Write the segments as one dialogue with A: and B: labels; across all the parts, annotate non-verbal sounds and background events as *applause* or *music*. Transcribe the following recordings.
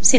A: Si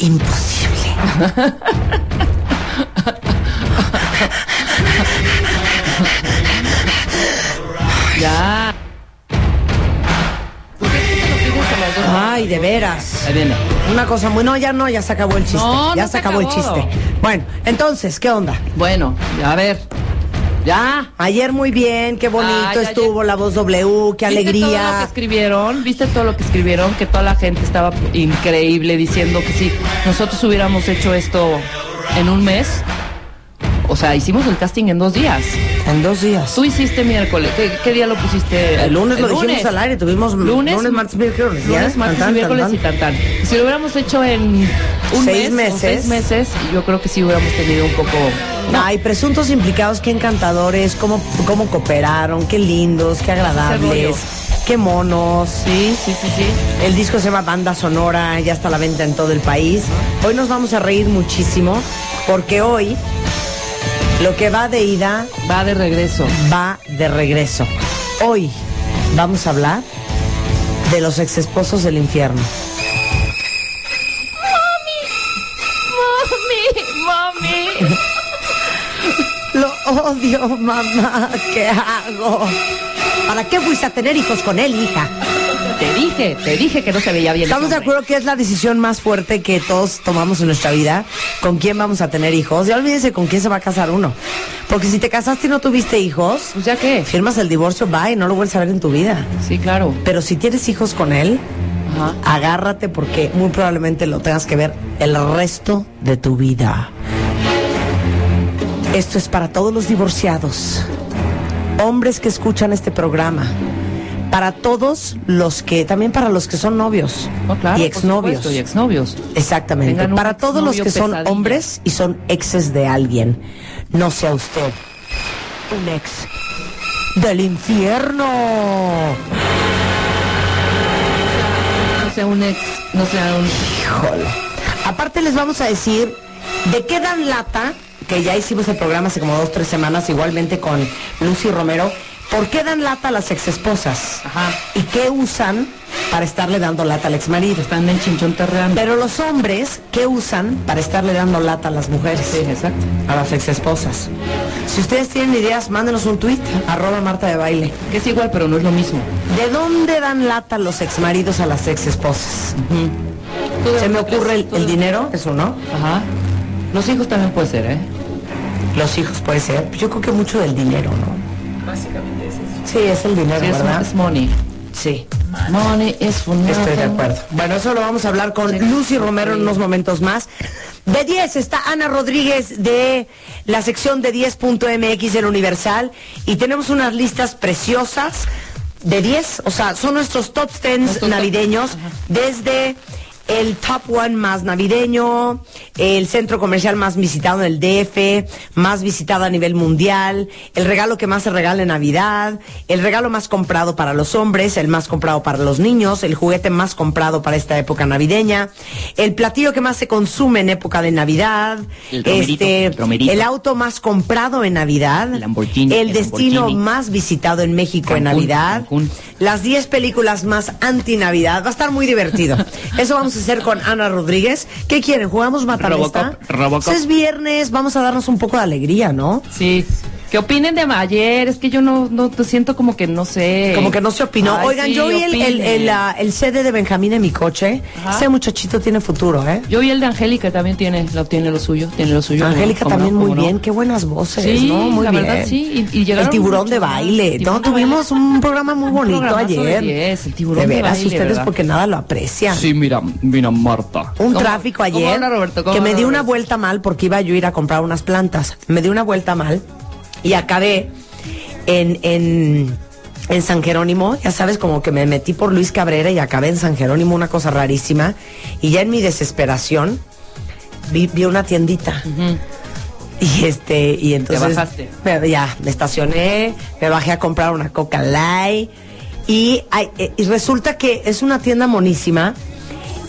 B: imposible.
C: Ya. ¿Por qué te lo pides a las dos?
B: Ay, de veras.
C: Ahí viene.
B: Una cosa muy. No, ya no, ya se acabó el chiste.
C: No,
B: ya
C: no
B: se,
C: se
B: acabó, el
C: acabó.
B: chiste. Bueno, entonces, ¿qué onda?
C: Bueno, a ver. Ya.
B: Ayer muy bien, qué bonito
C: Ay, ayer-
B: estuvo la voz W, qué
C: ¿Viste todo lo que
B: alegría.
C: escribieron? ¿Viste todo lo que escribieron? Que toda la gente estaba increíble diciendo que si nosotros hubiéramos hecho esto en un mes, o sea, hicimos el casting en dos días.
B: En dos días.
C: Tú hiciste miércoles. ¿Qué, qué día lo pusiste?
B: El lunes lo dijimos al aire, tuvimos m-
C: lunes,
B: lunes, martes, miércoles, ya,
C: Lunes, martes,
B: tan, tan,
C: miércoles
B: tan,
C: y tan, tan. Si lo hubiéramos hecho en un
B: Seis
C: mes, o seis
B: meses.
C: meses, yo creo que sí hubiéramos tenido un poco.
B: Ay, presuntos implicados, qué encantadores, cómo, cómo cooperaron, qué lindos, qué agradables, qué monos.
C: Sí, sí, sí, sí.
B: El disco se llama Banda Sonora, ya está a la venta en todo el país. Hoy nos vamos a reír muchísimo porque hoy lo que va de ida
C: Va de regreso.
B: va de regreso. Hoy vamos a hablar de los exesposos del infierno.
C: ¡Mami! ¡Mami!
B: Lo odio, mamá. ¿Qué hago? ¿Para qué fuiste a tener hijos con él, hija?
C: Te dije, te dije que no se veía bien. ese
B: Estamos de
C: hombre.
B: acuerdo que es la decisión más fuerte que todos tomamos en nuestra vida, con quién vamos a tener hijos. Ya olvídense con quién se va a casar uno. Porque si te casaste y no tuviste hijos,
C: Pues ya qué.
B: firmas el divorcio, bye, no lo vuelves a ver en tu vida.
C: Sí, claro.
B: Pero si tienes hijos con él,
C: Ajá.
B: agárrate porque muy probablemente lo tengas que ver el resto de tu vida. Esto es para todos los divorciados, hombres que escuchan este programa, para todos los que, también para los que son novios
C: No, Oh, claro, por
B: y exnovios.
C: supuesto, Y exnovios.
B: Exactamente,
C: Tengan un
B: para todos los
C: exnovio
B: que son
C: pesadilla.
B: hombres y son exes de alguien, no sea usted un ex del infierno.
C: No sea un ex, no sea un.
B: Híjole. Aparte les vamos a decir de qué dan lata, que ya hicimos el programa hace como dos, tres semanas, igualmente con Lucy Romero, ¿por qué dan lata a las exesposas?
C: Ajá.
B: ¿Y qué usan para estarle dando lata al exmarido?
C: Están en chinchón terreando.
B: Pero los hombres, ¿qué usan para estarle dando lata a las mujeres?
C: Sí, exacto.
B: A las exesposas. Si ustedes tienen ideas, mándenos un tuit, arroba Marta de Baile.
C: Que es igual, pero no es lo mismo.
B: ¿De dónde dan lata los exmaridos a las exesposas?
C: Tú de-
B: Se me
C: tú crees-
B: ocurre el,
C: tú
B: el
C: de-
B: dinero, eso no.
C: Ajá. Los hijos también puede ser, ¿eh?
B: Los hijos puede ser. Yo creo que mucho del dinero, ¿no? Básicamente es eso. Sí, es el dinero,
C: Sí, es,
B: ¿verdad?
C: es money.
B: Sí,
C: Money es fundamental.
B: estoy de acuerdo. Bueno, eso lo vamos a hablar con Lucy Romero en unos momentos más. De 10 está Ana Rodríguez de la sección de 10.mx del Universal y tenemos unas listas preciosas de 10, o sea, son nuestros top 10
C: Nuestros top-
B: navideños desde el top one más navideño, el centro comercial más visitado en el DF, más visitado a nivel mundial, el regalo que más se regala en Navidad, el regalo más comprado para los hombres, el más comprado para los niños, el juguete más comprado para esta época navideña, el platillo que más se consume en época de Navidad,
D: El romerito,
B: este,
D: el romerito.
B: el auto más comprado en Navidad,
D: El Lamborghini,
B: el
D: el
B: destino
D: Lamborghini.
B: más visitado en México
D: Cancún,
B: en Navidad,
D: Cancún.
B: las 10 películas más anti-Navidad. Va a estar muy divertido.
C: *laughs*
B: Eso vamos a hacer con Ana Rodríguez. ¿Qué quieren? ¿Jugamos Matamesta?
D: Robocop, Robocop.
B: Pues Es viernes, vamos a darnos un poco de alegría, ¿no?
C: Sí. ¿Qué opinen de ayer? Es que yo no, no te siento como que no sé.
B: Como que no se opinó.
C: Ay,
B: Oigan,
C: sí,
B: yo vi el, el,
C: opinen.
B: el, ah, el CD de Benjamín en mi coche.
C: Ajá.
B: Ese muchachito tiene futuro, ¿eh?
C: Yo vi el de Angélica también tiene, lo, tiene lo suyo, tiene lo suyo.
B: Angélica
C: ¿Cómo no?
B: también
C: ¿Cómo
B: muy
C: no?
B: bien, qué buenas voces,
C: Sí,
B: ¿no? Muy
C: la
B: bien.
C: verdad, sí, y- y llegaron
B: el tiburón
C: muchos,
B: de
C: ¿no?
B: baile.
C: Tiburón
B: No,
C: de
B: tuvimos
C: baile.
B: un programa muy
C: Un
B: bonito
C: programazo de
B: ayer.
C: 10, el tiburón de
B: veras,
C: baile,
B: ustedes
C: ¿verdad?
B: porque nada lo aprecian.
D: Sí, mira, mira, Marta.
B: Un
C: ¿Cómo-
B: tráfico
C: cómo
B: ayer
C: habla Roberto? ¿Cómo
B: que me
C: habla
B: di una
C: Roberto?
B: vuelta mal porque iba yo a ir a comprar unas plantas. Me di una vuelta mal y acabé en, en, en San Jerónimo. Ya sabes, como que me metí por Luis Cabrera y acabé en San Jerónimo, una cosa rarísima. Y ya en mi desesperación vi, vi una tiendita. Y este, y entonces.
C: bajaste.
B: me- ya, me estacioné, me bajé a comprar una Coca Light. Y, ay, eh, y resulta que es una tienda monísima,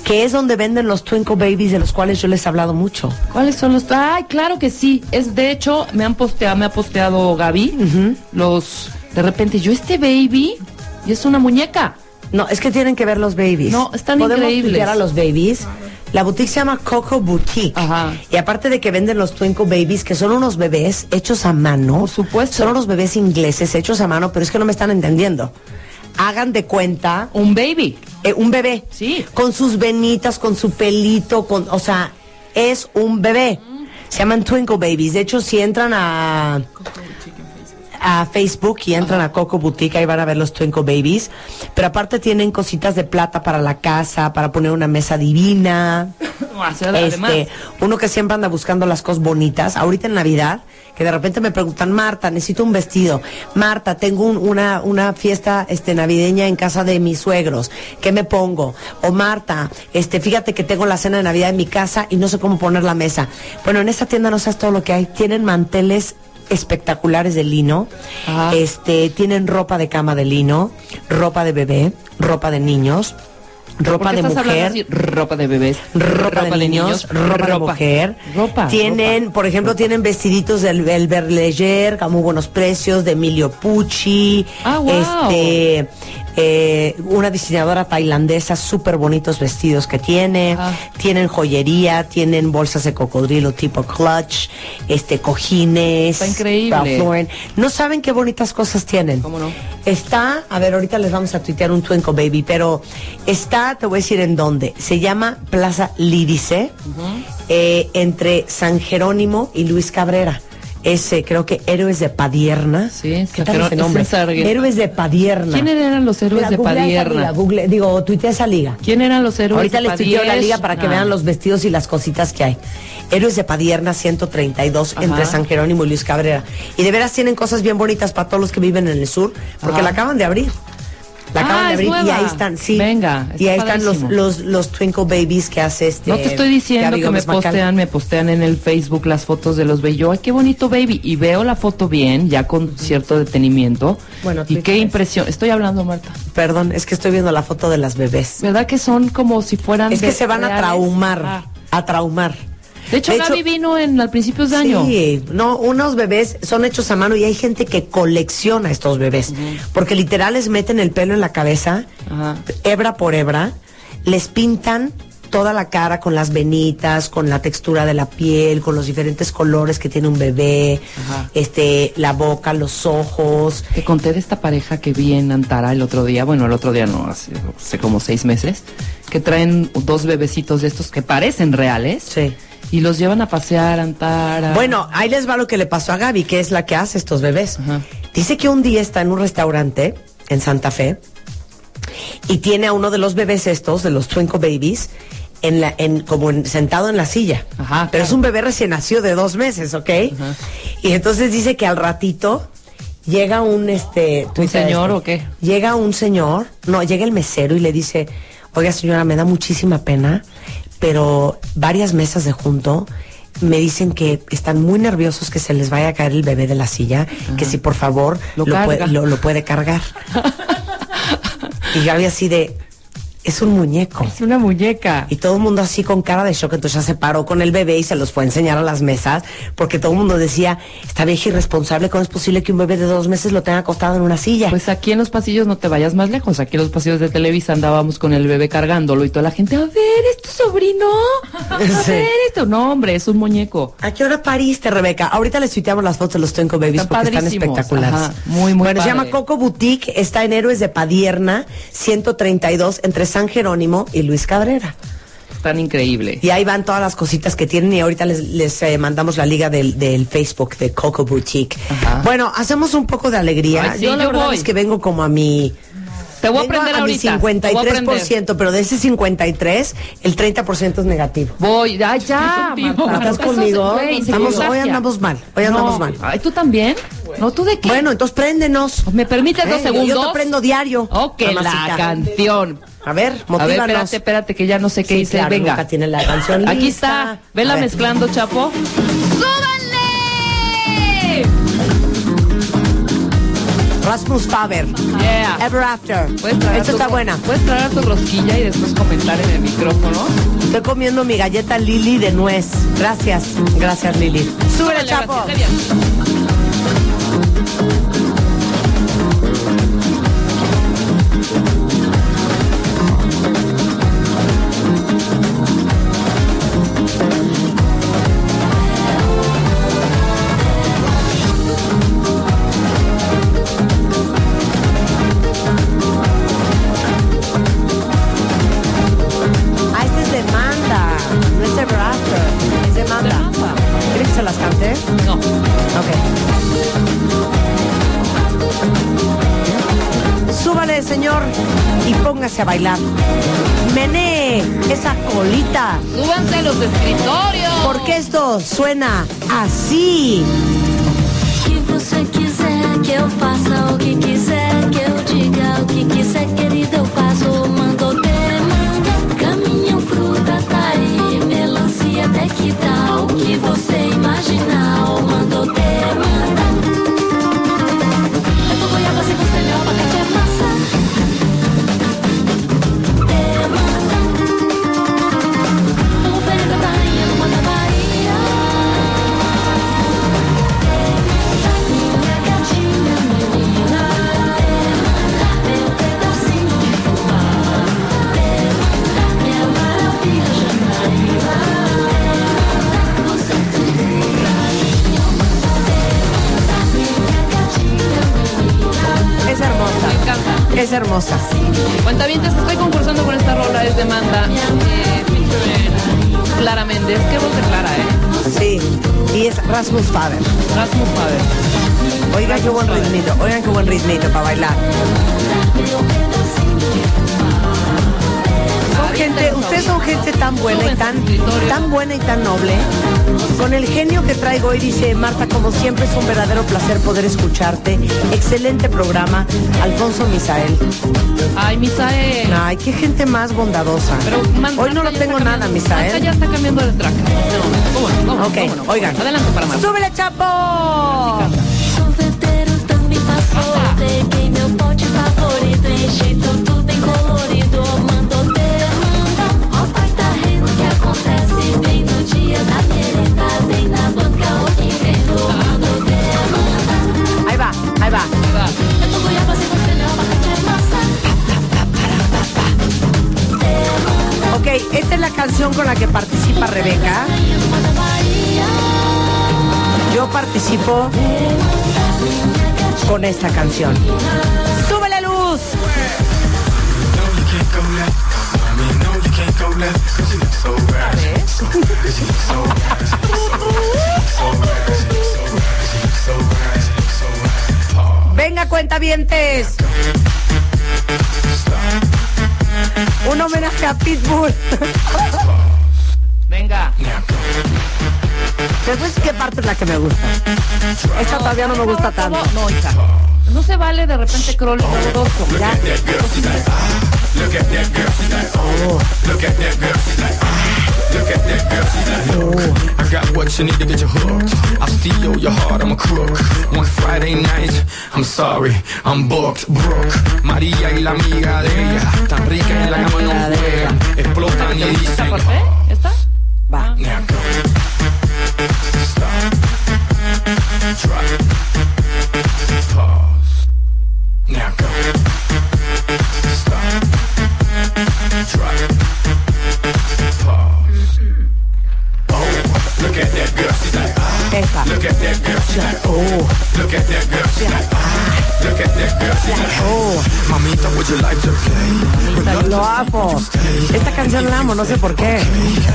B: que es donde venden los Twinkle Babies, de los cuales yo les he hablado mucho.
C: ¿Cuáles son los? Ay, claro que sí. Es de hecho me han posteado, me ha posteado Gaby los. De repente yo este baby y es una muñeca.
B: No, es que tienen que ver los babies.
C: No, están
B: Podemos
C: increíbles.
B: tuitear a los babies. La boutique se llama Coco Boutique.
C: Ajá.
B: Y aparte de que venden los Twinkle Babies, que son unos bebés hechos a mano.
C: Por supuesto.
B: Son unos bebés ingleses hechos a mano, pero es que no me están entendiendo. Hagan de cuenta
C: Un baby. *laughs*
B: eh, un bebé.
C: Sí.
B: Con sus venitas, con su pelito, con, o sea, es un bebé. Se llaman Twinkle Babies. De hecho, si entran a a Facebook y entran a Coco Boutique, ahí van a ver los Twinkle Babies. Pero aparte tienen cositas de plata para la casa, para poner una mesa divina.
C: Hace- Además.
B: Este, uno que siempre anda buscando las cosas bonitas, ahorita en Navidad, que de repente me preguntan, Marta, necesito un vestido, Marta, tengo un- una, una fiesta este, navideña en casa de mis suegros, ¿qué me pongo? O Marta, este, fíjate que tengo la cena de Navidad en mi casa y no sé cómo poner la mesa. Bueno, en esta tienda no sabes todo lo que hay, tienen manteles espectaculares de lino,
C: Ajá.
B: este, tienen ropa de cama de lino, ropa de bebé, ropa de niños, ropa
C: ¿Por qué
B: de
C: estás hablando
B: mujer
C: así? Ropa de bebés.
B: ropa, de, niños, ropa, de mujer.
C: Ropa.
B: Tienen, por ejemplo, tienen vestiditos del del Berleyer a muy buenos precios, de Emilio Pucci.
C: Ah, guau.
B: Este, eh, una diseñadora tailandesa, súper bonitos vestidos que tiene.
C: Ajá.
B: Tienen joyería, tienen bolsas de cocodrilo tipo clutch, este, cojines.
C: Está increíble.
B: Ralph Lauren. No saben qué bonitas cosas tienen.
C: ¿Cómo no?
B: Está, a ver, ahorita les vamos a tuitear un Twenco Baby, pero está, te voy a decir en dónde. Se llama Plaza Lídice, eh, entre San Jerónimo y Luis Cabrera. Ese, creo que Héroes de Padierna.
C: Sí,
B: ¿Qué
C: San
B: tal
C: Jerón-
B: ese
C: es
B: nombre?
C: en Sargue-
B: Héroes de Padierna.
C: ¿Quiénes eran los héroes
B: Mira,
C: de
B: googlea esa liga,
C: Padierna?
B: google- digo, tuitea esa liga.
C: ¿Quién eran los héroes
B: Ahorita
C: de Ah.
B: les tuiteo la liga para que
C: Padierna?
B: vean los vestidos y las cositas que hay. Héroes de Padierna 132
C: Ajá.
B: entre San Jerónimo y Luis Cabrera. Y de veras tienen cosas bien bonitas para todos los que viven en el sur, porque
C: Ajá.
B: la acaban de abrir. La
C: Ah,
B: acaban de
C: es
B: abrir y
C: nueva.
B: ahí están, sí.
C: Venga,
B: Y
C: está
B: ahí están los,
C: padrísimo.
B: los, los Twinkle Babies que hace este.
C: No te estoy diciendo
B: Gaby
C: que me
B: Gómez Macal.
C: postean, me postean en el Facebook las fotos de los baby. Yo, ay, qué bonito baby. Y veo la foto bien, ya con cierto detenimiento.
B: Bueno,
C: y
B: Twitter
C: qué
B: es.
C: impresión. Estoy hablando, Marta.
B: Perdón, es que estoy viendo la foto de las bebés.
C: ¿Verdad que son como si fueran.
B: Es que
C: de-
B: se van a
C: reales?
B: traumar.
C: Ah.
B: A traumar.
C: De hecho, Gaby vino en, al principio de año.
B: Sí, no, unos bebés son hechos a mano y hay gente que colecciona estos bebés. Porque literal les meten el pelo en la cabeza,
C: Ajá.
B: hebra por hebra, les pintan toda la cara con las venitas, con la textura de la piel, con los diferentes colores que tiene un bebé,
C: Ajá.
B: este, la boca, los ojos.
C: Te conté de esta pareja que vi en Antara el otro día, bueno, el otro día no, hace, hace como seis meses, que traen dos bebecitos de estos que parecen reales.
B: Sí.
C: Y los llevan a pasear a Antara. *laughs*
B: Bueno, ahí les va lo que le pasó a Gaby, que es la que hace estos bebés.
C: Ajá.
B: Dice que un día está en un restaurante en Santa Fe y tiene a uno de los bebés estos, de los Twinkle Babies, en la, en, como en- sentado en la silla.
C: Ajá,
B: Pero
C: claro.
B: es un bebé recién nacido de dos meses, ¿ok?
C: Ajá.
B: Y entonces dice que al ratito llega un este. tuitea
C: señor
B: esto.
C: o qué?
B: Llega un señor, no, llega el mesero y le dice, oiga señora, me da muchísima pena, pero varias mesas de junto me dicen que están muy nerviosos que se les vaya a caer el bebé de la silla, que si por favor
C: Lo
B: lo, puede-
C: carga.
B: lo- lo puede cargar. y Gaby así de, es un muñeco.
C: Es una muñeca.
B: Y todo el mundo así con cara de shock, entonces ya se paró con el bebé y se los fue a enseñar a las mesas, porque todo el mundo decía, esta vieja irresponsable, ¿cómo es posible que un bebé de dos meses lo tenga acostado en una silla?
C: Pues aquí en los pasillos no te vayas más lejos. Aquí en los pasillos de Televisa andábamos con el bebé cargándolo y toda la gente, a ver, ¿es tu sobrino? A
B: *laughs* Sí.
C: ver, esto. No, hombre, es un muñeco.
B: ¿A qué hora pariste, Rebeca? Ahorita les tuiteamos las fotos de los Tenco Babies
C: Están
B: porque están
C: padrísimos.
B: espectaculares.
C: Ajá, muy, muy
B: Bueno, se
C: padre.
B: llama Coco Boutique, está en Héroes de Padierna, 132, entre San Jerónimo y Luis Cabrera.
C: Es tan increíble.
B: Y ahí van todas las cositas que tienen y ahorita les, les, eh, mandamos la liga del, del Facebook de Coco Boutique.
C: Ajá.
B: Bueno, hacemos un poco de alegría.
C: Ay, sí,
B: yo la
C: yo
B: verdad
C: voy.
B: es que vengo como a mi...
C: Te voy a
B: vengo
C: aprender
B: a
C: ahorita.
B: mi
C: te voy a aprender.
B: 53%, pero de ese 53, el 30% es negativo.
C: Voy, ay, ya,
D: Estoy contigo,
C: Marta.
D: Marta.
B: ¿Estás
C: Eso es-
B: conmigo?
C: güey, se
B: Vamos, hoy
C: contagia.
B: andamos mal, hoy andamos
C: No.
B: mal.
C: Ay, ¿tú también? No, ¿tú de qué?
B: Bueno, entonces préndenos.
C: ¿Me permites dos
B: Eh, yo- yo te
C: segundos?
B: prendo diario,
C: Ok,
B: mamacita.
C: la canción.
B: A ver,
C: A ver,
B: motívanos.
C: espérate, espérate, que ya no sé qué
B: Sí,
C: hice.
B: claro,
C: Venga.
B: nunca tiene la canción
C: Aquí
B: lista.
C: está. Vela
B: A ver.
C: mezclando, Chapo. ¡Súbanle!
B: Rasmus Faber.
C: Yeah.
B: Ever After.
C: Puedes tragar
B: Esta
C: tu-
B: está buena.
C: Puedes tragar tu rosquilla y después comentar en el micrófono.
B: Estoy comiendo mi galleta Lili de nuez. Gracias. Gracias, Lili. Súbele,
C: Órale,
B: chapo.
C: Brasil, bien.
B: Ah, este es demanda. No es Ever After. Es demanda.
C: Demanda.
B: ¿Quieres que se las cante?
C: No.
B: Ok. Súbale, señor, y póngase a bailar. Mené esa colita,
C: Súbanse a los escritorios.
B: porque esto suena así.
E: que você quiser, que eu faça o que quiser, que eu diga o que quiser, querida, eu faço, mando demanda. Caminhão, fruta, taí, melancia, até que tal, o que você imaginar, eu mando demanda. Eu tô goiaba se você me abacate é massa. Demanda. Eu vou pegar da rainha, não manda Bahia. Minha gatinha, menina, meu pedacinho de fubá, minha maravilha, Janaína, você tudo Minha gatinha, menina,
B: Es hermosa.
C: Me encanta.
B: Es hermosa.
C: Cuenta estoy concursando con esta rola, es demanda. Eh, featuring Clara Méndez. Qué voz de Clara, ¿eh?
B: Sí. Y es Rasmus Faber.
C: Rasmus Faber.
B: Oigan qué buen ritmito. Oigan qué buen ritmito para bailar.
E: meu pedacinho de fubá.
B: Son gente, ustedes son gente tan buena y tan, tan buena y tan noble. Con el genio que traigo hoy dice Marta, como siempre es un verdadero placer poder escucharte. Excelente programa, Alfonso Misael.
C: Ay, Misael.
B: Ay, qué gente más bondadosa.
C: Pero Man-
B: hoy
C: Marta
B: no lo
C: ya
B: tengo
C: está
B: nada,
C: cambiando- Marta ya
B: Misael.
C: está cambiando el track. en este momento. Vámonos, vámonos,
B: Ok,
C: vámonos.
B: oigan.
C: Adelante para Marta.
B: ¡Súbele, Chapo!
E: Sorveteiro também passou. Peguei meu pote favorito, enchi tudo bem colorido. Mandou demanda. Ó, pai, tá rindo que acontece. Bem no dia da merenda, bem na banca, o que vendo. Mandou demanda.
B: Ahí va, ahí va.
E: Eu tô goiaba, se você não, abacate é massa. Demanda.
B: Ok, esta es la canción con la que participa Rebeca.
E: Rainha do Mata Bahia.
B: Yo participo con esta canción. ¡Súbele, Luz!
F: No, you can't go left. Mommy, no, you can't go left. Cause you look so right. Cause you look so right. Cause you look so right. Cause you look so right. Cause you look so right.
B: Venga, cuentavientes. Un homenaje a Pitbull. *laughs*
C: Venga.
B: Después, ¿qué parte es la que me gusta? Esta todavía no me gusta
C: Todo-
B: tanto.
C: No, hija. No se vale de repente crawl y todo eso. Ya.
F: Look at that girl, she's like, ah. Look at that girl, she's like, oh. you need to get you hooked. I steal your heart, I'm a crook. One Friday night, I'm sorry, I'm booked. Brooke, María y la amiga de ella, tan rica en la cama no juegan. Explotan y
C: ¿Está
F: dicen, "Oh,
C: fuerte? ¿eh? ¿Está?
B: Va.
F: now go. Stop. Drop. Pause. Now go. Stop. Drop. Pause. Oh, look at that girl. She's like, ah.
B: Esta.
F: Look at that girl. She's like,
B: Oh,
F: Look at that girl. She's like, ah. Look at that girl. She's like, oh. Mamita, would you like to play? Would love to
B: lo amo. Esta canción la amo, no sé por qué.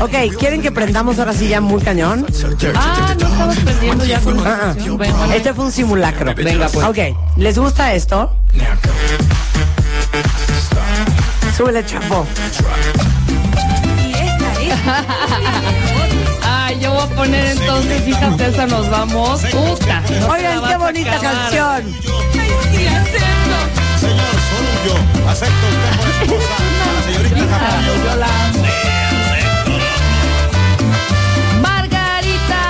B: Ok, ¿quieren que prendamos ahora sí ya muy cañón?
C: Ah, no estabas prendiendo ya con la
B: Ah,
C: canción. Bueno,
B: Este fue un simulacro.
C: Venga, pues.
B: Ok, ¿les gusta esto?
F: Now go.
B: Súbele, chapo.
C: Ay, yo voy a poner entonces, hija César, nos vamos. Puta. no te la
B: Oigan,
C: vas
B: qué
C: a
B: bonita
C: acabar.
B: canción.
G: Señor, solo yo acepto usted por
C: *laughs*
G: esposa a la señorita Jaramillo.
C: Yo la amo. Margarita.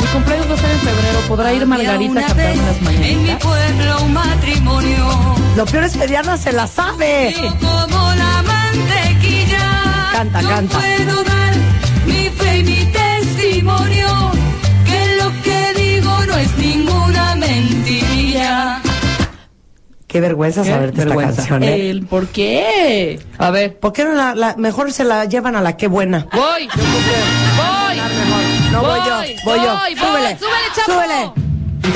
C: Mi cumpleaños va a ser en febrero. ¿Podrá ir Margarita a cantar unas mañanitas?
H: pueblo un matrimonio,
B: Lo peor es que Diana se la sabe.
H: como la mantequilla.
B: Canta,
H: yo
B: canta.
H: puedo dar mi fe y mi testimonio, que lo que digo no es ninguna mentirilla.
B: Qué vergüenza saberte esta canción, ¿eh?
C: El, ¿Por qué? A ver.
B: ¿Por qué no la, la- mejor se la llevan a la que buena?
C: Voy. Voy.
B: No voy, yo, voy yo.
C: Voy, voy.
B: Súbele,
C: Súbele, chapo.
B: súbele.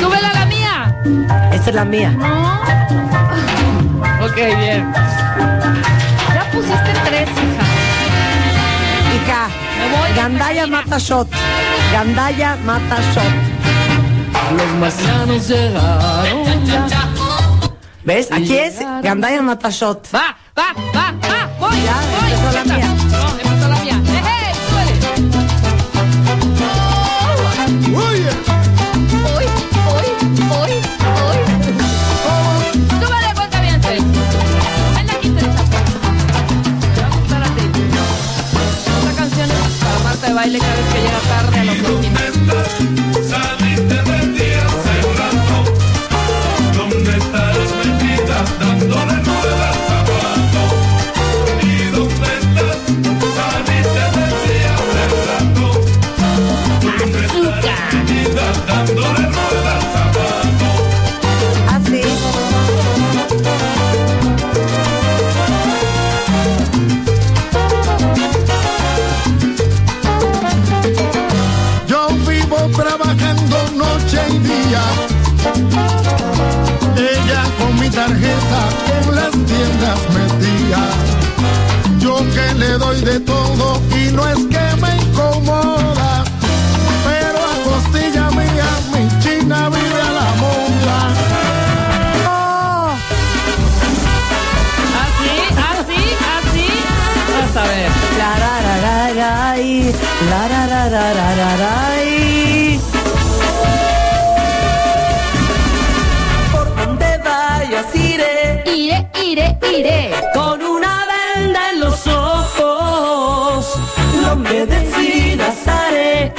C: Súbele a la mía.
B: Esta es la mía.
C: Ok, bien. Ya pusiste tres, hija.
B: Hija,
C: Me voy de
B: Gandaya
C: Argentina.
B: mata shot. Gandaya mata shot.
D: Los marcianos llegaron.
B: ¿Ves? Aquí es Gandaya mata shot.
C: Va, va, va, va. Voy,
B: Ya,
C: voy.
B: empezó la
C: Chacha.
B: mía.
C: No, empezó la mía. Eh, eh, súbele.
E: Hoy, hoy, hoy, hoy.
H: Súbele, cuentavientes. Ven aquí, te
C: Vamos a estar atentos. Esta canción es para Marta de baile cada vez que llega tarde a los oficinas.
B: Así.
G: Yo vivo trabajando noche y día. Ella con mi tarjeta en las tiendas metía. Yo que le doy de todo y no es que me incomoda. Pero a costilla mía, mi china vive a la moda.
C: Así, así, así. Vas a ver.
B: Lararararai, larararararai.
H: Por donde vayas iré,
E: Iré, iré, iré.
H: con una venda en los ojos. No me decidas, haré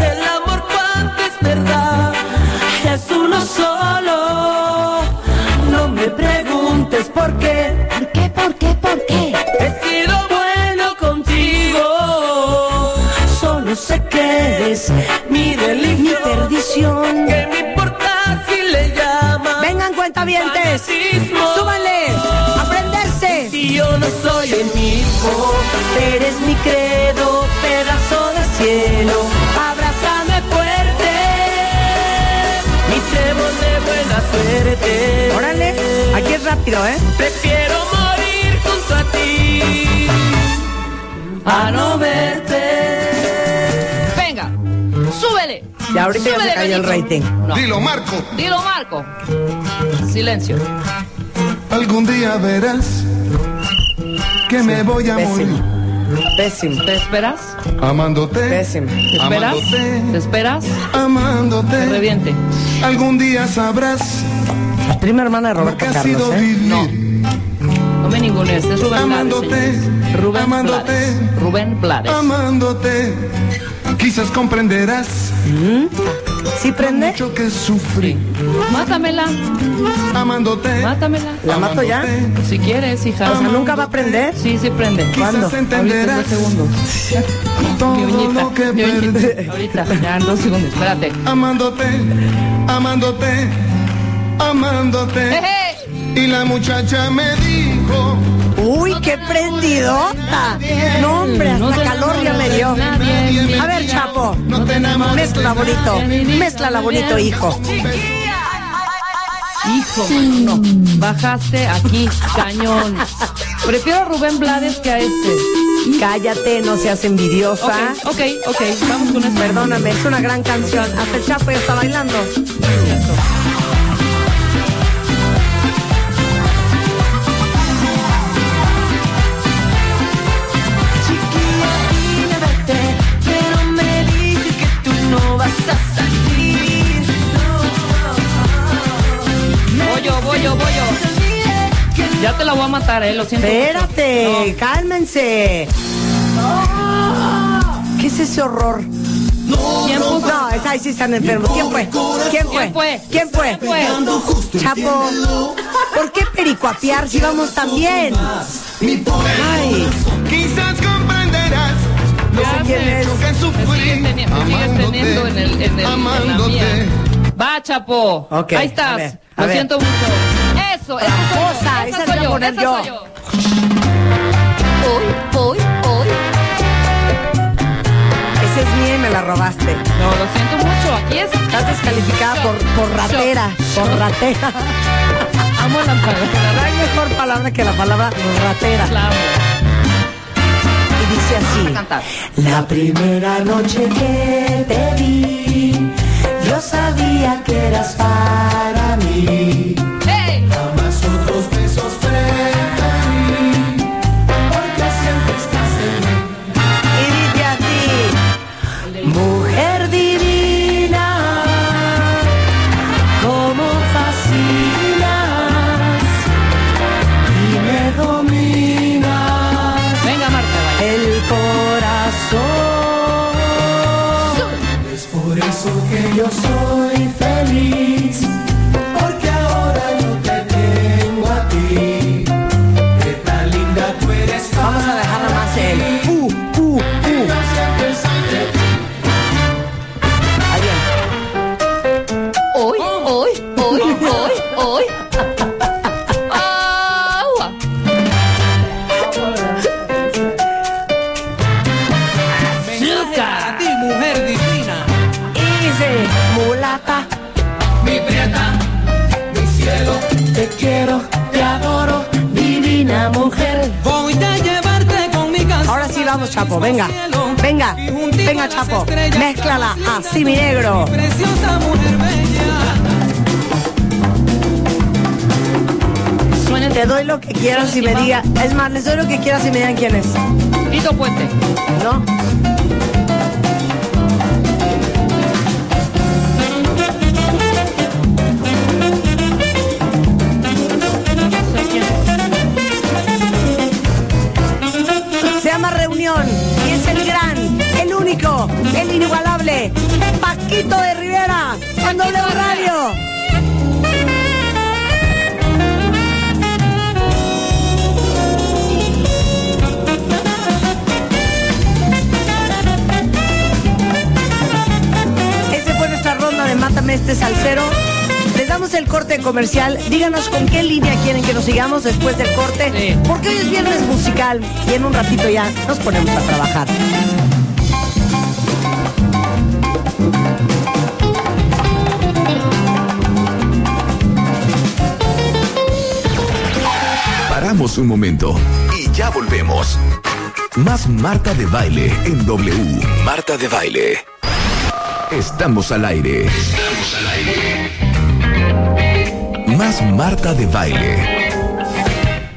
H: del amor cuanto es verdad. Es uno solo. No me preguntes por qué.
E: ¿Por qué, por qué, por qué?
H: He sido bueno contigo. Solo sé que eres mi religión.
B: Mi perdición.
H: Que me importa si le llamas.
B: Vengan cuentavientes.
H: Fanatismo.
B: Súbanle. Aprenderse.
H: Si yo no soy el mismo, eres mi credo, pedazo de cielo. Abrázame fuerte, mi trébol de buena suerte.
B: Órale. Aquí es rápido, ¿eh?
H: Prefiero morir junto a ti a no verte.
C: Venga. Súbele.
B: Y ahorita ya
C: Súbele,
B: se cayó el
C: Benito.
B: rating.
C: No.
G: Dilo, Marco.
C: Dilo, Marco. Silencio.
G: Algún día verás que me voy a morir.
B: Pésimo. Pésimo.
C: ¿Te esperas?
G: Amándote.
B: Pésimo.
C: ¿Te esperas?
G: Amándote.
C: ¿Te esperas?
G: Amándote.
C: Reviente.
G: Algún día sabrás
B: Prima hermana de
G: lo que
B: Roberto
G: ha
C: ¿eh?
B: Carlos,
G: sido
B: ¿eh?
G: vivir.
C: No me ningunees, es Rubén
G: Amándote,
C: Blades. señor. Rubén
G: amándote.
C: Blades. Rubén Blades.
G: amándote, quizás comprenderás
B: ¿Sí prende?
G: mucho que sufrí.
C: Mátamela,
G: Amándote,
C: mátamela.
B: ¿La mato ya?
G: amándote,
C: Si quieres, hija.
B: O sea, nunca va a prender.
C: Sí, sí prende.
B: ¿Cuándo?
G: Quizás
C: Ahorita en
G: entenderás
C: dos segundos. Mi
G: todo
C: uñita,
G: lo que
C: mi uñita.
G: perdí.
C: *laughs* Ahorita, ya en dos segundos. Espérate.
G: Amándote, amándote,
C: *laughs*
G: amándote.
C: eh!
G: Y la muchacha me dijo,
B: Uy, qué prendidota. No, hombre,
C: No
B: hasta
C: te
B: calor ya me
C: enamores de
B: dio.
C: nadie, mi
B: A ver,
C: niña.
B: Chapo,
G: no te enamores de
B: mezcla bonito. Mezclala bonito, hijo.
C: Hijo, no. Bajaste aquí, cañón. Prefiero a Rubén Blades que a este.
B: Cállate, no seas
C: Ok,
B: envidiosa.
C: ok, ok. Vamos con este. esta.
B: Perdóname, es una gran canción. Hasta el Chapo ya está bailando.
H: Chiquilla, llévate, pero me dice que tú no vas a salir.
C: Voy yo, voy yo, voy yo. Ya te la voy a matar, eh, lo siento.
B: Espérate, cálmense. ¿Qué es ese horror?
C: ¿Quién puso?
B: No, es- ahí sí están enfermos. ¿Quién fue? ¿Quién
C: ¿Quién
B: fue?
C: fue?
B: ¿Quién fue?
C: ¿Quién fue?
B: Chapo, ¿por qué pericuapear si vamos tan bien? Ay,
G: quizás comprenderás
C: ¿Qué
B: sé quién
C: haces?
B: es.
G: que
C: Me
G: sufrí.
C: sigues, teni- me sigues teniendo en, el, en, el, en la
G: amándote.
C: mía. Va, Chapo.
B: Ok,
C: Ahí
B: a
C: estás.
B: ver, a
C: lo
B: ver.
C: siento mucho. Eso, esa
B: Tramposa,
C: soy yo.
B: esa
C: Esa,
B: te voy a
C: soy, yo,
B: poner
C: esa
B: yo.
C: soy yo.
E: Hoy, hoy, hoy.
B: ese es mío y me la robaste.
C: No, lo siento mucho. Aquí es.
B: Estás descalificada por, por ratera, por ratera. *laughs*
C: Amo la
B: No
C: palabra.
B: hay mejor palabra que la palabra ratera.
C: La amo.
B: Y dice
C: Vamos a cantar.
B: así. La primera noche que te vi, yo sabía que eras para mí.
C: ¡Hey!
B: Y dice así. Mujer divina, cómo fascinas y me dominas.
C: Venga, Marta. vaya.
B: el corazón. Es por eso que yo soy feliz, porque ahora yo te tengo a ti. Qué tan linda tú eres. Vamos a dejarla más él. Uh, uh, uh. Ahí viene.
E: Hoy, hoy, hoy, hoy, hoy.
C: Agua.
D: A ti, mujer divina.
B: Y dice, mulata, mi prieta, mi cielo, te quiero, te adoro, divina mujer.
D: Voy a llevarte con mi canción.
B: Ahora sí vamos, Chapo, venga. Venga, venga, Chapo. Mézclala así, mi negro.
D: Preciosa mujer bella.
C: Suena
B: Te doy lo que quieras y me diga. Es más, les doy lo que quieras y me digan quién es.
C: el Tito Puente.
B: ¿No? Se llama Reunión y es el gran, el único, el inigualable Paquito de Rivera en doble radio. Esa Este fue nuestra ronda de Mátame este salsero. Les damos el corte comercial. Díganos con qué línea quieren que nos sigamos después del corte.
C: Sí.
B: Porque hoy es viernes musical y en un ratito ya nos ponemos a trabajar.
I: Paramos un momento y ya volvemos. Más Marta de Baile en W. Marta de Baile. Estamos al aire. Estamos al aire. Más Marta de Baile.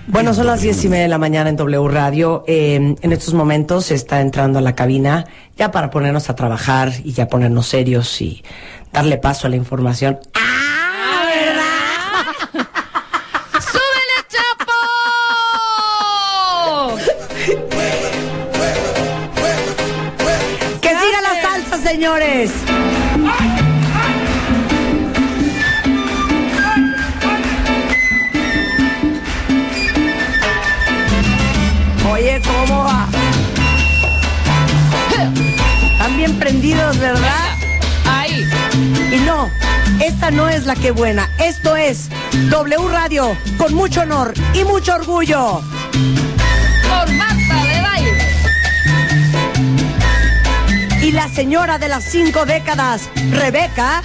B: Bueno, son las diez y media de la mañana en W Radio. Eh, en estos momentos se está entrando a la cabina ya para ponernos a trabajar y ya ponernos serios y darle paso a la información. *laughs*
C: ¡Súbele, Chapo!
B: esta no es la que buena. Esto es W Radio con mucho honor y mucho orgullo.
C: Con Marta de Baile.
B: Y la señora de las cinco décadas, Rebeca.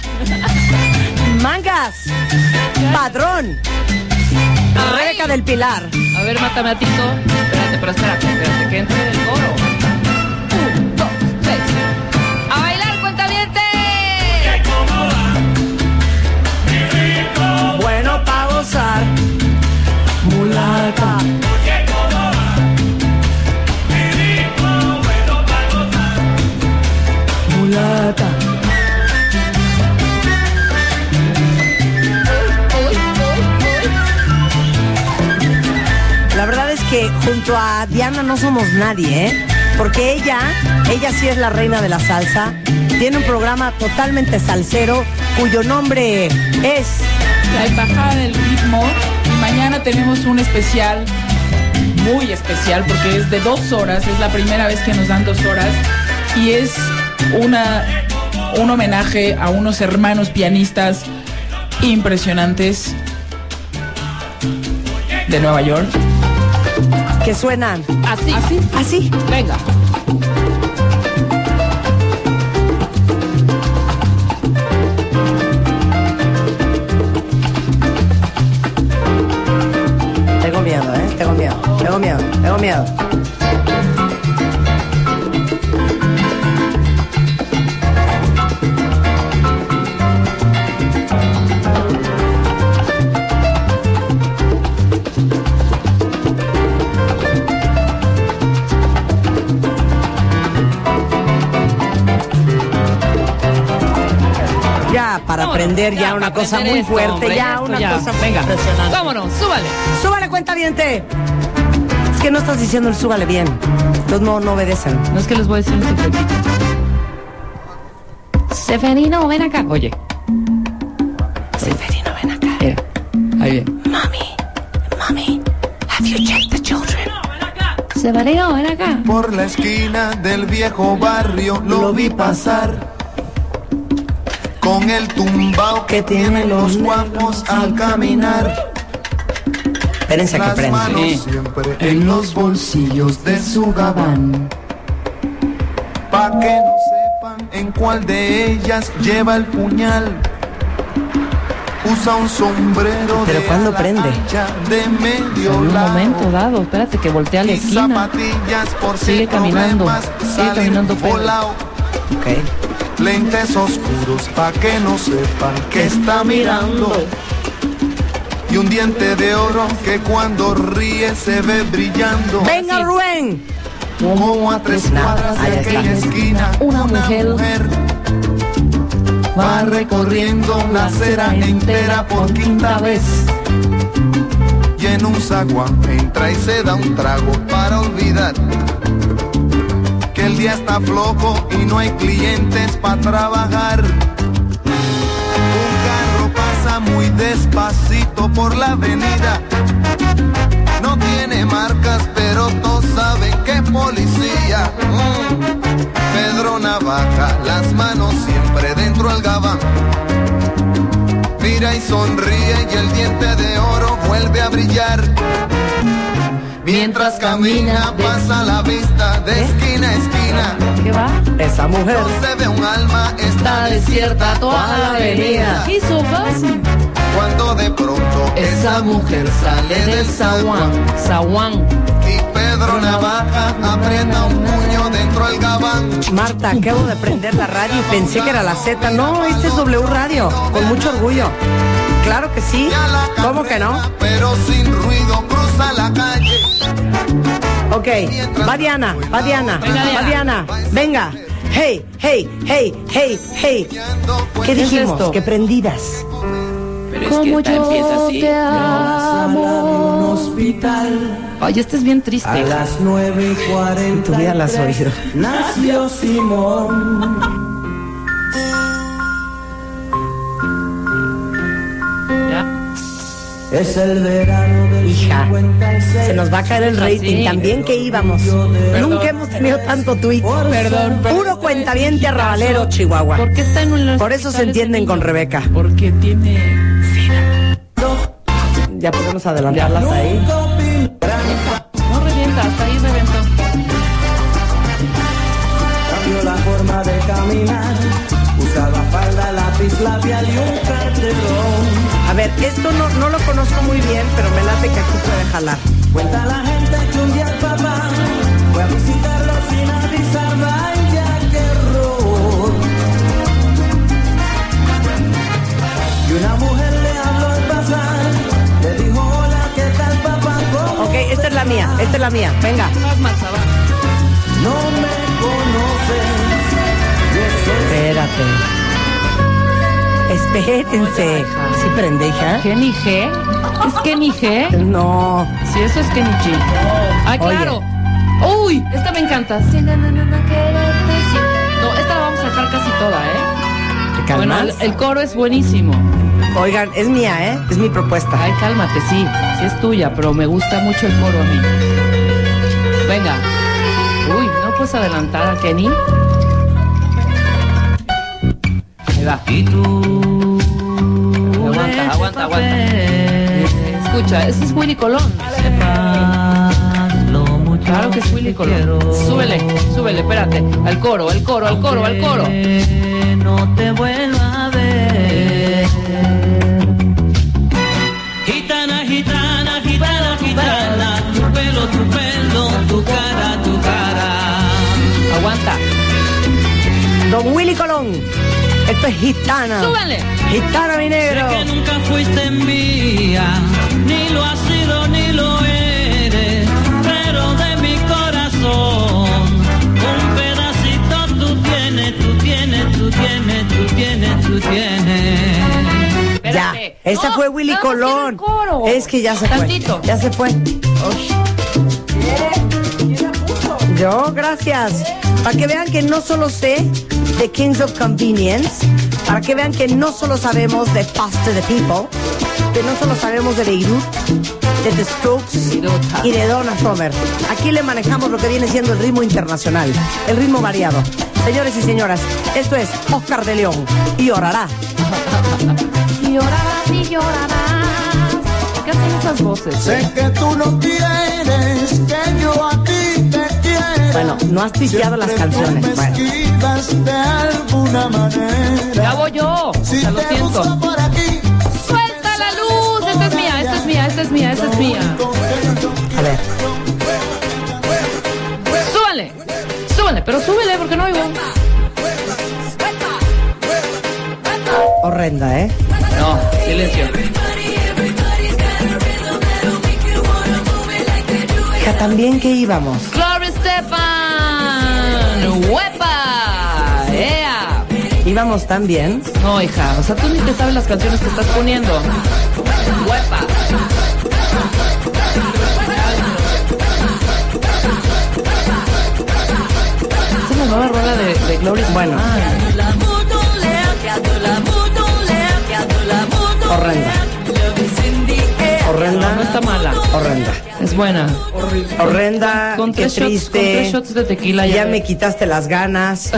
B: Mangas. Padrón. Rebeca del Pilar.
C: A ver, mátame a Tito. Espérate, pero espérate, espérate, que entre el coro. Un, dos, tres. ¡A bailar, cuentavientes!
B: Bueno para gozar. Mulata. Mulata. La verdad es que junto a Diana no somos nadie, ¿eh? Porque ella, ella sí es la reina de la salsa. Tiene un programa totalmente salsero cuyo nombre es
J: la embajada del ritmo. Y mañana tenemos un especial muy especial porque es de dos horas. Es la primera vez que nos dan dos horas y es una un homenaje a unos hermanos pianistas impresionantes de Nueva York.
B: que suenan
C: Así.
B: así.
C: Venga.
B: Tengo miedo, ¿eh? Tengo miedo, tengo miedo, tengo miedo. Ya, para
C: Vámonos,
B: aprender ya, una
C: para
B: cosa
C: aprender
B: muy
C: esto,
B: fuerte,
C: hombre,
B: ya
C: esto
B: una
C: ya.
B: cosa
C: Venga,
B: impresionante.
C: vámonos, súbale.
B: ¡Súbale cuenta diente! Es que no estás diciendo el súbale bien. Los no, no obedecen.
C: No es que les voy a decir un secretito. Seferino, ven acá. Oye.
B: Seferino, ven acá.
C: eh, Ahí bien.
B: Mami, mami, have you checked the children?
E: Separado, ven acá.
G: Por la esquina del viejo barrio lo vi pasar. Con el tumbao que tienen los guapos al caminar.
B: Espérense a que
G: Las
B: prenda.
G: manos
C: Sí.
G: siempre en los bolsillos de su gabán. Pa' que no sepan en cuál de ellas lleva el puñal. Usa un sombrero
B: Pero
G: de
B: ¿cuándo
G: ala
B: prende?
G: ancha de medio
C: En un
G: lado.
C: momento dado, espérate que voltea a la
G: Y
C: esquina.
G: zapatillas por si
C: Sigue caminando,
G: problemas
C: sigue
G: salen
C: caminando, Pedro.
G: volao.
B: Ok.
G: Lentes oscuros pa' que no sepan que está mirando. Y un diente de oro que cuando ríe se ve brillando.
B: Venga, Rubén.
G: Como a tres
B: Nada,
G: cuadras
B: ahí
G: de
B: está.
G: aquella esquina,
C: Una mujer
G: va recorriendo la acera entera por quinta vez. Y en un zaguán entra y se da un trago para olvidar que el día está flojo y no hay clientes para trabajar. Un carro pasa muy despacito por la avenida. No tiene marcas, pero todos saben que es policía. Mm. Pedro Navaja, las manos siempre dentro al gabán. Mira y sonríe y el diente de oro vuelve a brillar. Mientras camina, pasa la vista de esquina a esquina.
C: ¿Qué va?
B: Esa mujer.
G: No se ve un alma, está desierta toda la avenida.
C: Hizo fácil.
G: Cuando de pronto esa mujer sale del zaguán.
C: Zaguán.
G: Y Pedro Navaja aprieta un puño dentro del gabán.
B: Marta, acabo de prender la radio y pensé que era la Z. No, este es W Radio, con mucho orgullo. Claro que sí.
G: Y a la
B: ¿Cómo que no?
G: carrera, Pero sin ruido cruza la calle.
B: Ok, va Diana, va Diana,
C: Venga,
B: va Diana,
C: Diana.
B: venga. Hey, hey, hey, hey, hey. ¿Qué
C: es
B: dijimos?
C: esto?
B: Que prendidas.
E: Como yo te amo.
C: Oye, este es bien triste.
B: En tu vida las has oído.
C: Ya.
H: Es el verano del
B: Hija,
H: 56.
B: se nos va a caer el rating.
C: sí.
B: También que íbamos. Nunca hemos tenido tanto tuit.
J: Perdón, pero-
B: Puro cuentaviente arrabalero, Chihuahua.
C: ¿Por qué está en los
B: Por eso se
C: hospitales de
B: entienden con
C: niños?
B: Rebeca.
J: Porque tiene.
B: Ya podemos adelantarla hasta ahí.
C: No revienta, hasta ahí reventó.
H: Cambió la forma de caminar. Usaba falda, lápiz labial y un carterón.
B: A ver, esto no, no lo conozco muy bien, pero me late que aquí puede jalar.
H: Cuenta la gente que un día el papá fue a visitarlo sin avisar. Vaya qué error. Y una mujer le habló al pasar. Le dijo, hola, ¿qué tal papá? ¿Cómo
B: Ok, esta es la mía, esta es la mía. Venga.
H: No me conoces. Yo soy
B: Espérate. Espérense. ¿Sí prende, hija?
C: ¿Kenny G? ¿Es Kenny G?
B: No.
C: Sí, eso es Kenny G. Ah, claro. Uy, esta me encanta. Sí, na, na, na, na, quererte, sí. No, esta la vamos a dejar casi toda, ¿eh?
B: ¿Te
C: Bueno,
B: calmas?
C: el, el coro es buenísimo.
B: Oigan, es mía, ¿eh? Es mi propuesta.
C: Ay, cálmate, sí. Sí es tuya, pero me gusta mucho el coro a mí. Venga. Uy, ¿no puedes adelantar a Kenny? Ahí va. Aguanta, aguanta, aguanta. Escucha, ese es Willy Colón. Claro que es Willy Colón. Súbele, súbele, espérate. Al coro, al coro, al coro, al coro.
H: no te vuelvo a ver.
D: Gitana, gitana, gitana, gitana, tu pelo, tu pelo, tu cara, tu cara.
C: Aguanta.
B: Don Willy Colón. Esto es gitana.
C: Súbele.
B: Gitana, mi negro.
D: Sé que nunca fuiste mía, ni lo has sido ni lo eres, pero de mi corazón un pedacito tú tienes, tú tienes, tú tienes, tú tienes, tú tienes.
B: Ya,
C: Espérate.
B: esa
C: No,
B: fue Willy
C: nada más
B: Colón.
C: quiero el coro.
B: Es que ya se
C: Tantito.
B: fue. Ya se fue. Yo, gracias. Para que vean que no solo sé de Kings of Convenience, para que vean que no solo sabemos de Past to the People, que no solo sabemos de Beirut, de The Strokes
C: Beirut.
B: y de Donna Summer. Aquí le manejamos lo que viene siendo el ritmo internacional, el ritmo variado. Señores y señoras, esto es Oscar de León y orará.
E: Llorarás y llorarás.
C: ¿Qué hacen esas voces?
G: Sé que tú no quieres que yo a ti te quiera.
B: Bueno, no has tisteado las
G: Siempre tú
B: canciones.
G: me
B: Bueno.
G: esquivas de alguna manera.
C: La hago yo. O
G: Si
C: sea, lo
G: te busco
C: siento.
G: por aquí,
C: Suelta la luz. Esta es mía, esta es mía, esta es mía, esta es mía.
B: A ver,
C: Súbale. Súbale, pero súbele porque no oigo.
B: horrenda, ¿eh?
C: No, silencio.
B: Hija, también que íbamos.
C: Gloria Estefan. ¡Huepa! ¡Ea!
B: Íbamos tan bien.
C: No, hija, o sea, tú ni te sabes las canciones que estás poniendo. ¡Huepa! Esa es la nueva rola de, de Gloria Estefan.
B: Bueno. Horrenda.
C: No, no
B: Horrenda.
C: está mala.
B: Horrenda.
C: Es buena.
B: Horrenda.
C: Con
B: qué
C: tres shots-
B: triste.
C: con tres shots de tequila ya
B: ya
C: ves.
B: me quitaste
C: *laughs*
B: las ganas.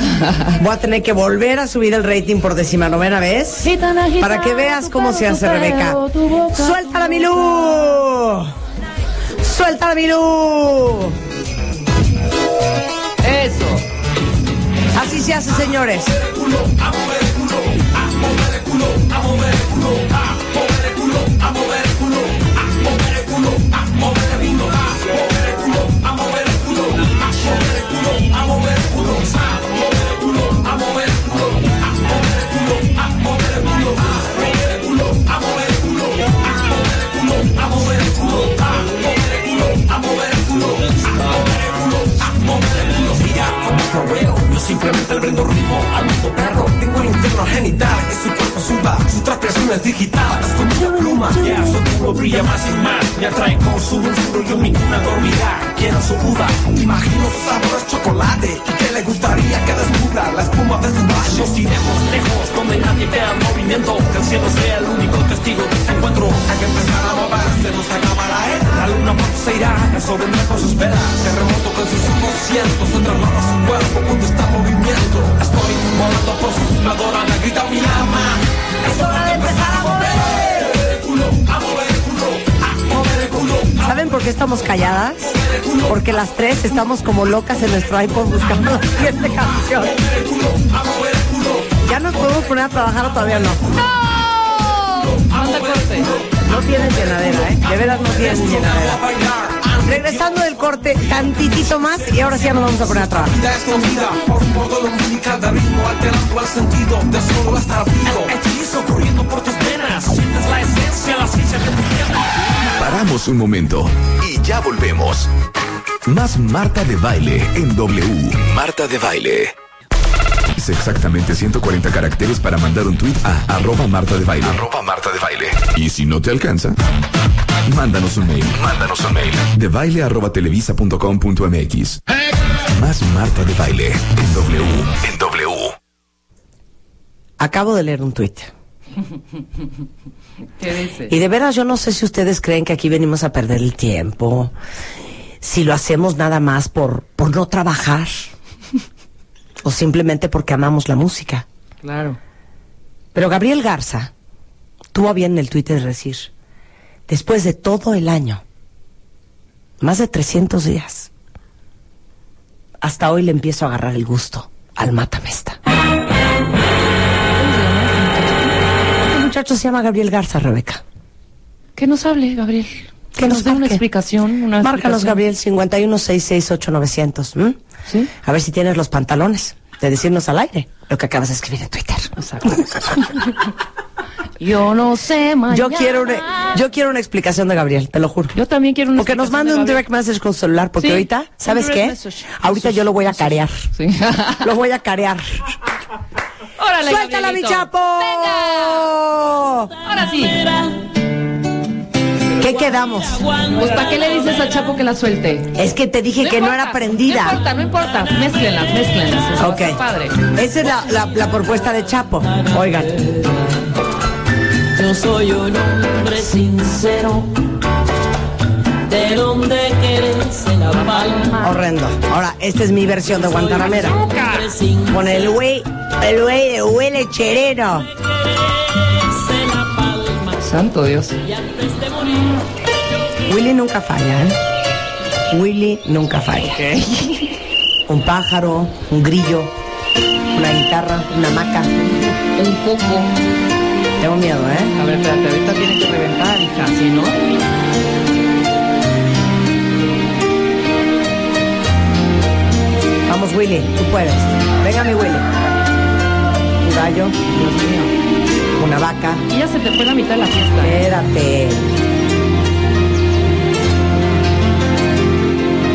B: Voy a tener que volver a subir el rating por decimanovena vez.
C: Gitana, gitana,
B: Para que veas
C: tu
B: cómo se
C: pelo,
B: hace
C: tu
B: Rebeca.
C: pelo, tu boca,
B: ¡Suéltala,
C: tu
B: Milú! ¡Suéltala, Milú!
C: Eso.
B: Así se hace, señores.
F: Tengo el interno genital, que su cuerpo suba, su transpiración es digital. Con una pluma
G: pluma Ya su duro brilla más y más Me atrae con su dulzura Yo mi cuna dormirá Quiero su duda Imagino su sabor es chocolate Y que le gustaría que descubra La espuma de su valle Nos iremos lejos Donde nadie vea el movimiento Que el cielo sea el único testigo de este encuentro Hay que empezar a babar Se nos acabará él La luna pronto se irá El sol vendrá con sus velas Terremoto con sus ojos Siento su entramado su cuerpo Cuando está en movimiento Estoy volando por sus Me adoran, grita mi alma Es hora de empezar a volver
B: ¿Saben por qué estamos calladas? Porque las tres estamos como locas en nuestro iPod buscando *laughs* la siguiente canción. ¿Ya nos podemos poner a trabajar o todavía no?
C: Manda corte.
B: No tienen llenadera, ¿eh? De veras no tienen llenadera. Regresando del corte, tantitito más y ahora sí ya nos vamos a poner a trabajar.
G: vida escondida por un modo dominical de ritmo alterando el sentido de solo estar vivo hechizo corriendo por tus venas sientes la esencia la ciencia que
I: Paramos un momento y ya volvemos. Más Marta de Baile en W. Marta de Baile. Es exactamente 140 caracteres para mandar un tweet a arroba Marta de Baile. Arroba Marta de Baile. Y si no te alcanza, mándanos un mail. Mándanos un mail. De baile arroba televisa.com.mx. Más Marta de Baile en W. En W.
B: Acabo de leer un *laughs* tuit.
C: ¿Qué dice?
B: Y de veras yo no sé si ustedes creen que aquí venimos a perder el tiempo, si lo hacemos nada más por, por no trabajar o simplemente porque amamos la música.
C: Claro.
B: Pero Gabriel Garza tuvo a bien en el Twitter decir, después de todo el año, más de 300 días, hasta hoy le empiezo a agarrar el gusto al Matamesta. El Este muchacho se llama Gabriel Garza, Rebeca.
C: Que nos hable, Gabriel. Que nos dé una
B: marque.
C: explicación. Una
B: Márcanos,
C: explicación.
B: Gabriel, 51668900. ¿m?
C: Sí.
B: A ver si tienes los pantalones de decirnos al aire lo que acabas de escribir en Twitter.
C: Yo e- no sé, mañana.
B: *laughs* Yo quiero, una, yo quiero una explicación de Gabriel, te lo juro.
C: Yo también quiero una
B: Porque nos mande
C: explicación
B: un
C: de
B: direct message con celular, porque
C: Sí, un
B: ahorita, ¿sabes
C: direct
B: qué?
C: message.
B: Ahorita yo lo voy a carear.
C: Gabriel. Sí.
B: Lo voy a carear.
C: *laughs* Órale,
B: ¡Suéltala, mi
C: Gabrielito.
B: chapo!
C: Ahora sí.
B: ¿Qué quedamos?
C: Pues, ¿para qué le dices al chapo que la suelte?
B: Es que te dije que no
C: importa,
B: era prendida.
C: No importa, no importa. Mézclenlas, mézclenlas. Eso va a
B: Ok.
C: estar padre.
B: Esa es la, la- la propuesta de Chapo. Oigan.
K: Yo soy un hombre sincero, de donde querés en la palma.
B: Horrendo. Ahora, esta es mi versión de Guantanamera.
K: Hombre sincero,
B: Con el güey, el güey, el güey lecherero.
K: en la palma.
C: Santo Dios.
K: Y antes de morir,
B: Willy nunca falla, ¿eh? Willy nunca falla. Un pájaro, un grillo, una guitarra, una hamaca.
C: Un poco.
B: Tengo miedo, ¿eh?
C: A ver, espérate, ahorita tiene que reventar, hija. Si no.
B: Vamos, Willy, tú puedes. Venga, mi Willy. Un gallo,
C: Dios mío.
B: una vaca.
C: Y ya se te fue la mitad de la fiesta. ¿eh?
B: Espérate.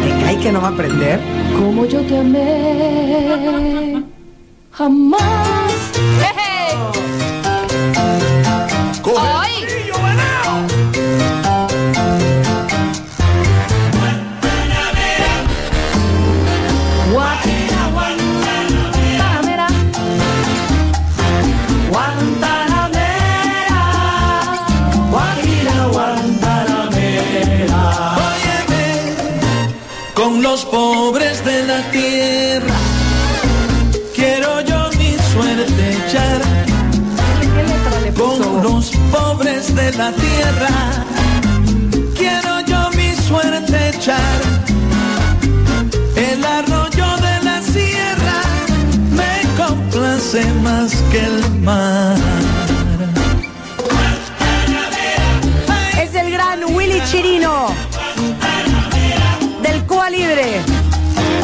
B: ¿Te cae que no va a aprender?
L: Como yo te amé, jamás.
G: Con los pobres de la tierra quiero yo mi suerte echar. Con los pobres de la tierra quiero yo mi suerte echar. El arroyo de la sierra me complace más que el mar.
B: Es el gran Willy Chirino. Del Cuba Libre.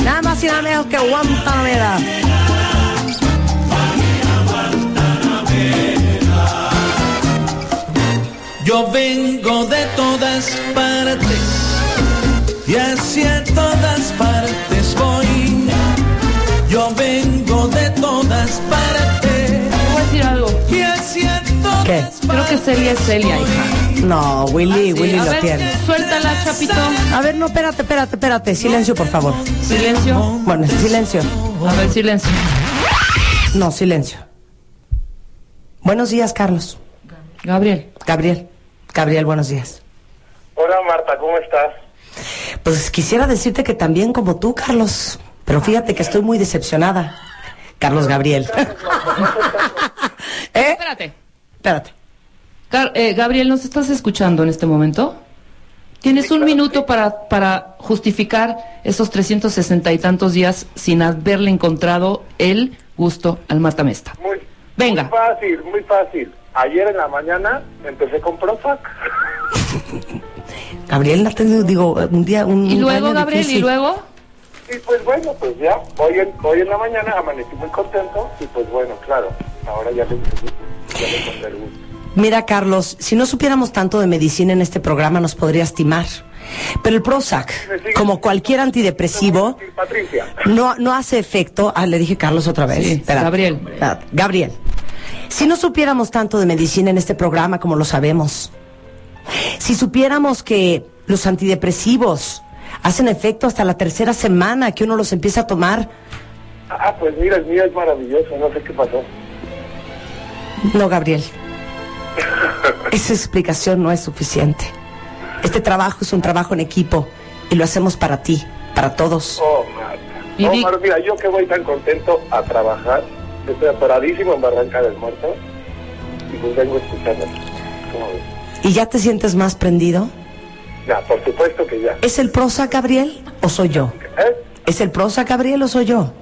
B: Nada más y nada menos que Guantanamera.
G: Yo vengo de todas partes y hacia todas partes voy. Yo vengo de todas partes
C: Te voy a decir algo.
G: y hacia todas
B: ¿Qué?
C: Creo que Celia es Celia, hija.
B: No, Willy, Willy
C: A
B: lo
C: ver,
B: tiene.
C: Suéltala, Chapito.
B: A ver, no, espérate, espérate, espérate. Silencio, por favor.
C: Silencio.
B: Bueno, silencio.
C: A ver, silencio.
B: No, silencio. Buenos días, Carlos.
C: Gabriel.
B: Gabriel. Gabriel, buenos días.
M: Hola Marta, ¿cómo estás?
B: Pues quisiera decirte que también como tú, Carlos. Pero fíjate que estoy muy decepcionada. Carlos Gabriel. *laughs* ¿Eh?
C: Espérate.
B: Espérate.
C: Car- eh, Gabriel, ¿nos estás escuchando en este momento? Tienes un minuto para, para justificar esos 360 y tantos días sin haberle encontrado el gusto al Marta Mesta.
M: Muy,
C: Venga.
M: muy fácil, muy fácil. Ayer en la mañana empecé con Prozac.
B: Gabriel ha tenido, digo, un día, un
C: Y
B: un
C: luego,
B: año
C: Gabriel, y
B: difícil.
C: luego.
M: Y pues bueno, pues ya, hoy en, hoy en la mañana amanecí muy contento y pues bueno, claro, ahora ya le encontré, ya le encontré el gusto.
B: Mira, Carlos, si no supiéramos tanto de medicina en este programa nos podría estimar. Pero el Prozac, como cualquier antidepresivo,
M: Sí, Patricia.
B: no, no hace efecto. Ah, le dije Carlos otra vez.
C: Sí,
B: Espérate.
C: Gabriel.
B: Espérate. Gabriel, si no supiéramos tanto de medicina en este programa como lo sabemos, si supiéramos que los antidepresivos hacen efecto hasta la tercera semana que uno los empieza a tomar,
M: Ah, pues mira, el mío es maravilloso, no sé qué pasó.
B: No, Gabriel. Esa explicación no es suficiente. Este trabajo es un trabajo en equipo y lo hacemos para ti, para todos.
M: Oh, Marta.
C: Y
M: Oh,
C: di-
M: Mar, mira, yo que voy tan contento a trabajar, estoy atoradísimo en Barranca del Muerto y pues vengo escuchando. ¿Cómo ves?
B: ¿Y ya te sientes más prendido?
M: Ya, por supuesto que ya.
B: ¿Es el prosa, Gabriel, o soy yo?
M: ¿Eh?
B: ¿Es el prosa, Gabriel, o soy yo?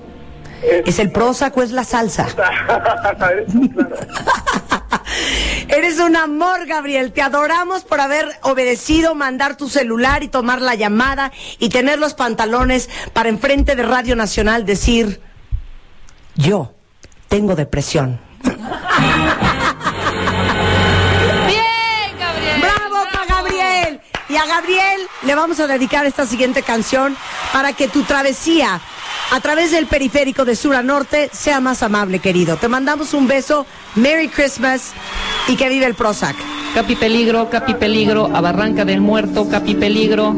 B: ¿Es el prosa o es
M: *laughs*
B: la salsa? *laughs* Eres un amor, Gabriel. Te adoramos por haber obedecido, mandar tu celular y tomar la llamada y tener los pantalones para enfrente de Radio Nacional decir, yo tengo depresión.
C: ¡Bien, Gabriel!
B: ¡Bravo para Gabriel! Y a Gabriel le vamos a dedicar esta siguiente canción para que tu travesía a través del periférico de sur a norte sea más amable, querido. Te mandamos un beso, Merry Christmas y que vive el Prozac.
C: Capi Peligro, Capi Peligro, a Barranca del Muerto, Capi Peligro.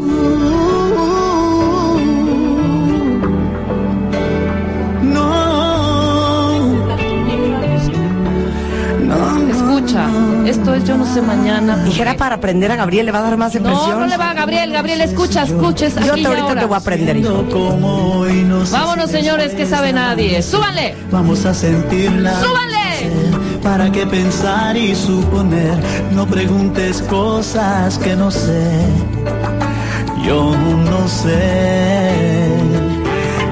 G: No,
C: Escucha, esto es Yo No sé mañana.
B: Dijera para aprender a Gabriel, le va a dar más
C: No,
B: depresión.
C: no le va a Gabriel, Gabriel, escucha, escuches.
B: Yo
C: Aquí
B: te
C: y
B: ahorita
C: ahora.
B: te voy a aprender, hijo.
G: no como hoy no sé
C: Vámonos,
G: si
C: señores, que sabe nadie. ¡Súbanle!
G: Vamos a sentirla.
C: ¡Súbanle!
G: ¿Para qué pensar y suponer? No preguntes cosas que no sé. Yo no sé.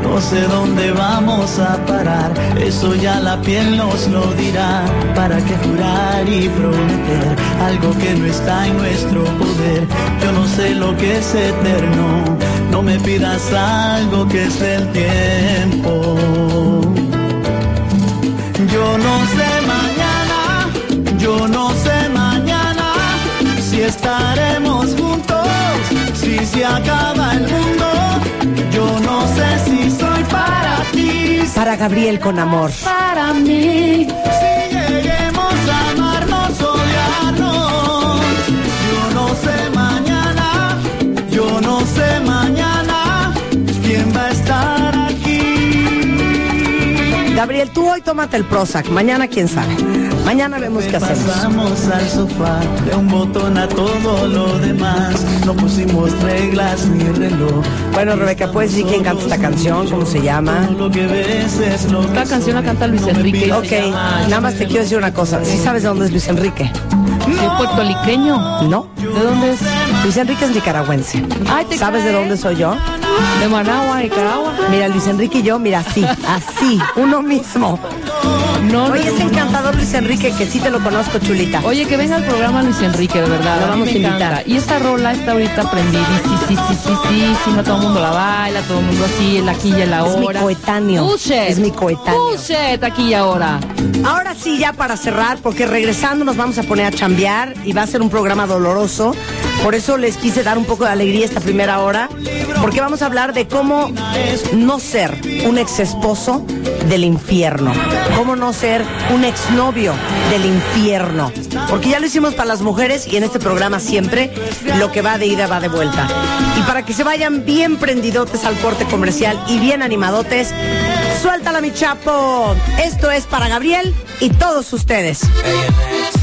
G: No sé dónde vamos a parar. Eso ya la piel nos lo dirá. ¿Para qué jurar y prometer algo que no está en nuestro poder? Yo no sé lo que es eterno. No me pidas algo que es del tiempo. Yo no sé mañana, yo no sé mañana si estaremos juntos, si se acaba el mundo. Yo no sé si soy para ti,
B: Para Gabriel con amor.
C: Para mí.
G: si lleguemos a amarnos, odiarnos. Yo no sé mañana, yo no sé mañana quién va a estar aquí.
B: Gabriel, tú hoy tómate el Prozac. Mañana quién sabe. Mañana vemos qué hacemos.
G: Pasamos al sofá, de un botón a todo lo demás. No pusimos reglas ni reloj.
B: Bueno, Rebeca, ¿puedes decir quién canta esta canción? ¿Cómo se llama?
G: Todo lo que ves es lo
C: Esta
G: que
C: canción la
G: soy.
C: canta Luis Enrique. y se
B: Ok,
C: llama-
B: nada más te quiero decir una cosa. ¿Sí sabes de dónde es Luis Enrique?
C: Sí, es puertorriqueño.
B: ¿No?
C: ¿De dónde es?
B: Luis Enrique es nicaragüense.
C: Ay, te
B: ¿Sabes de
C: cae.
B: dónde soy yo?
C: De Managua, Nicaragua.
B: Mira, Luis Enrique y yo, mira, así, así, uno mismo.
C: No, no.
B: Oye, es encantador Luis Enrique, que sí te lo conozco, chulita.
C: Oye, que venga al programa Luis Enrique, de verdad.
B: Lo
C: a mí
B: vamos
C: me
B: a invitar.
C: encanta. Y esta rola está ahorita prendida. Sí, sí, sí, sí, sí, sí, no todo el mundo la baila, todo el mundo así, el aquí y el ahora.
B: mi coetáneo,
C: Push it.
B: es mi coetáneo.
C: Push it, aquí y ahora.
B: Ahora sí, ya para cerrar, porque regresando nos vamos a poner a chambear y va a ser un programa doloroso, Por eso les quise dar un poco de alegría esta primera hora, porque vamos a hablar de cómo no ser un ex esposo del infierno, cómo no ser un exnovio del infierno, porque ya lo hicimos para las mujeres y en este programa siempre lo que va de ida va de vuelta. Y para que se vayan bien prendidotes al corte comercial y bien animadotes, suéltala mi chapo. Esto es para Gabriel y todos ustedes.
N: Hey, next.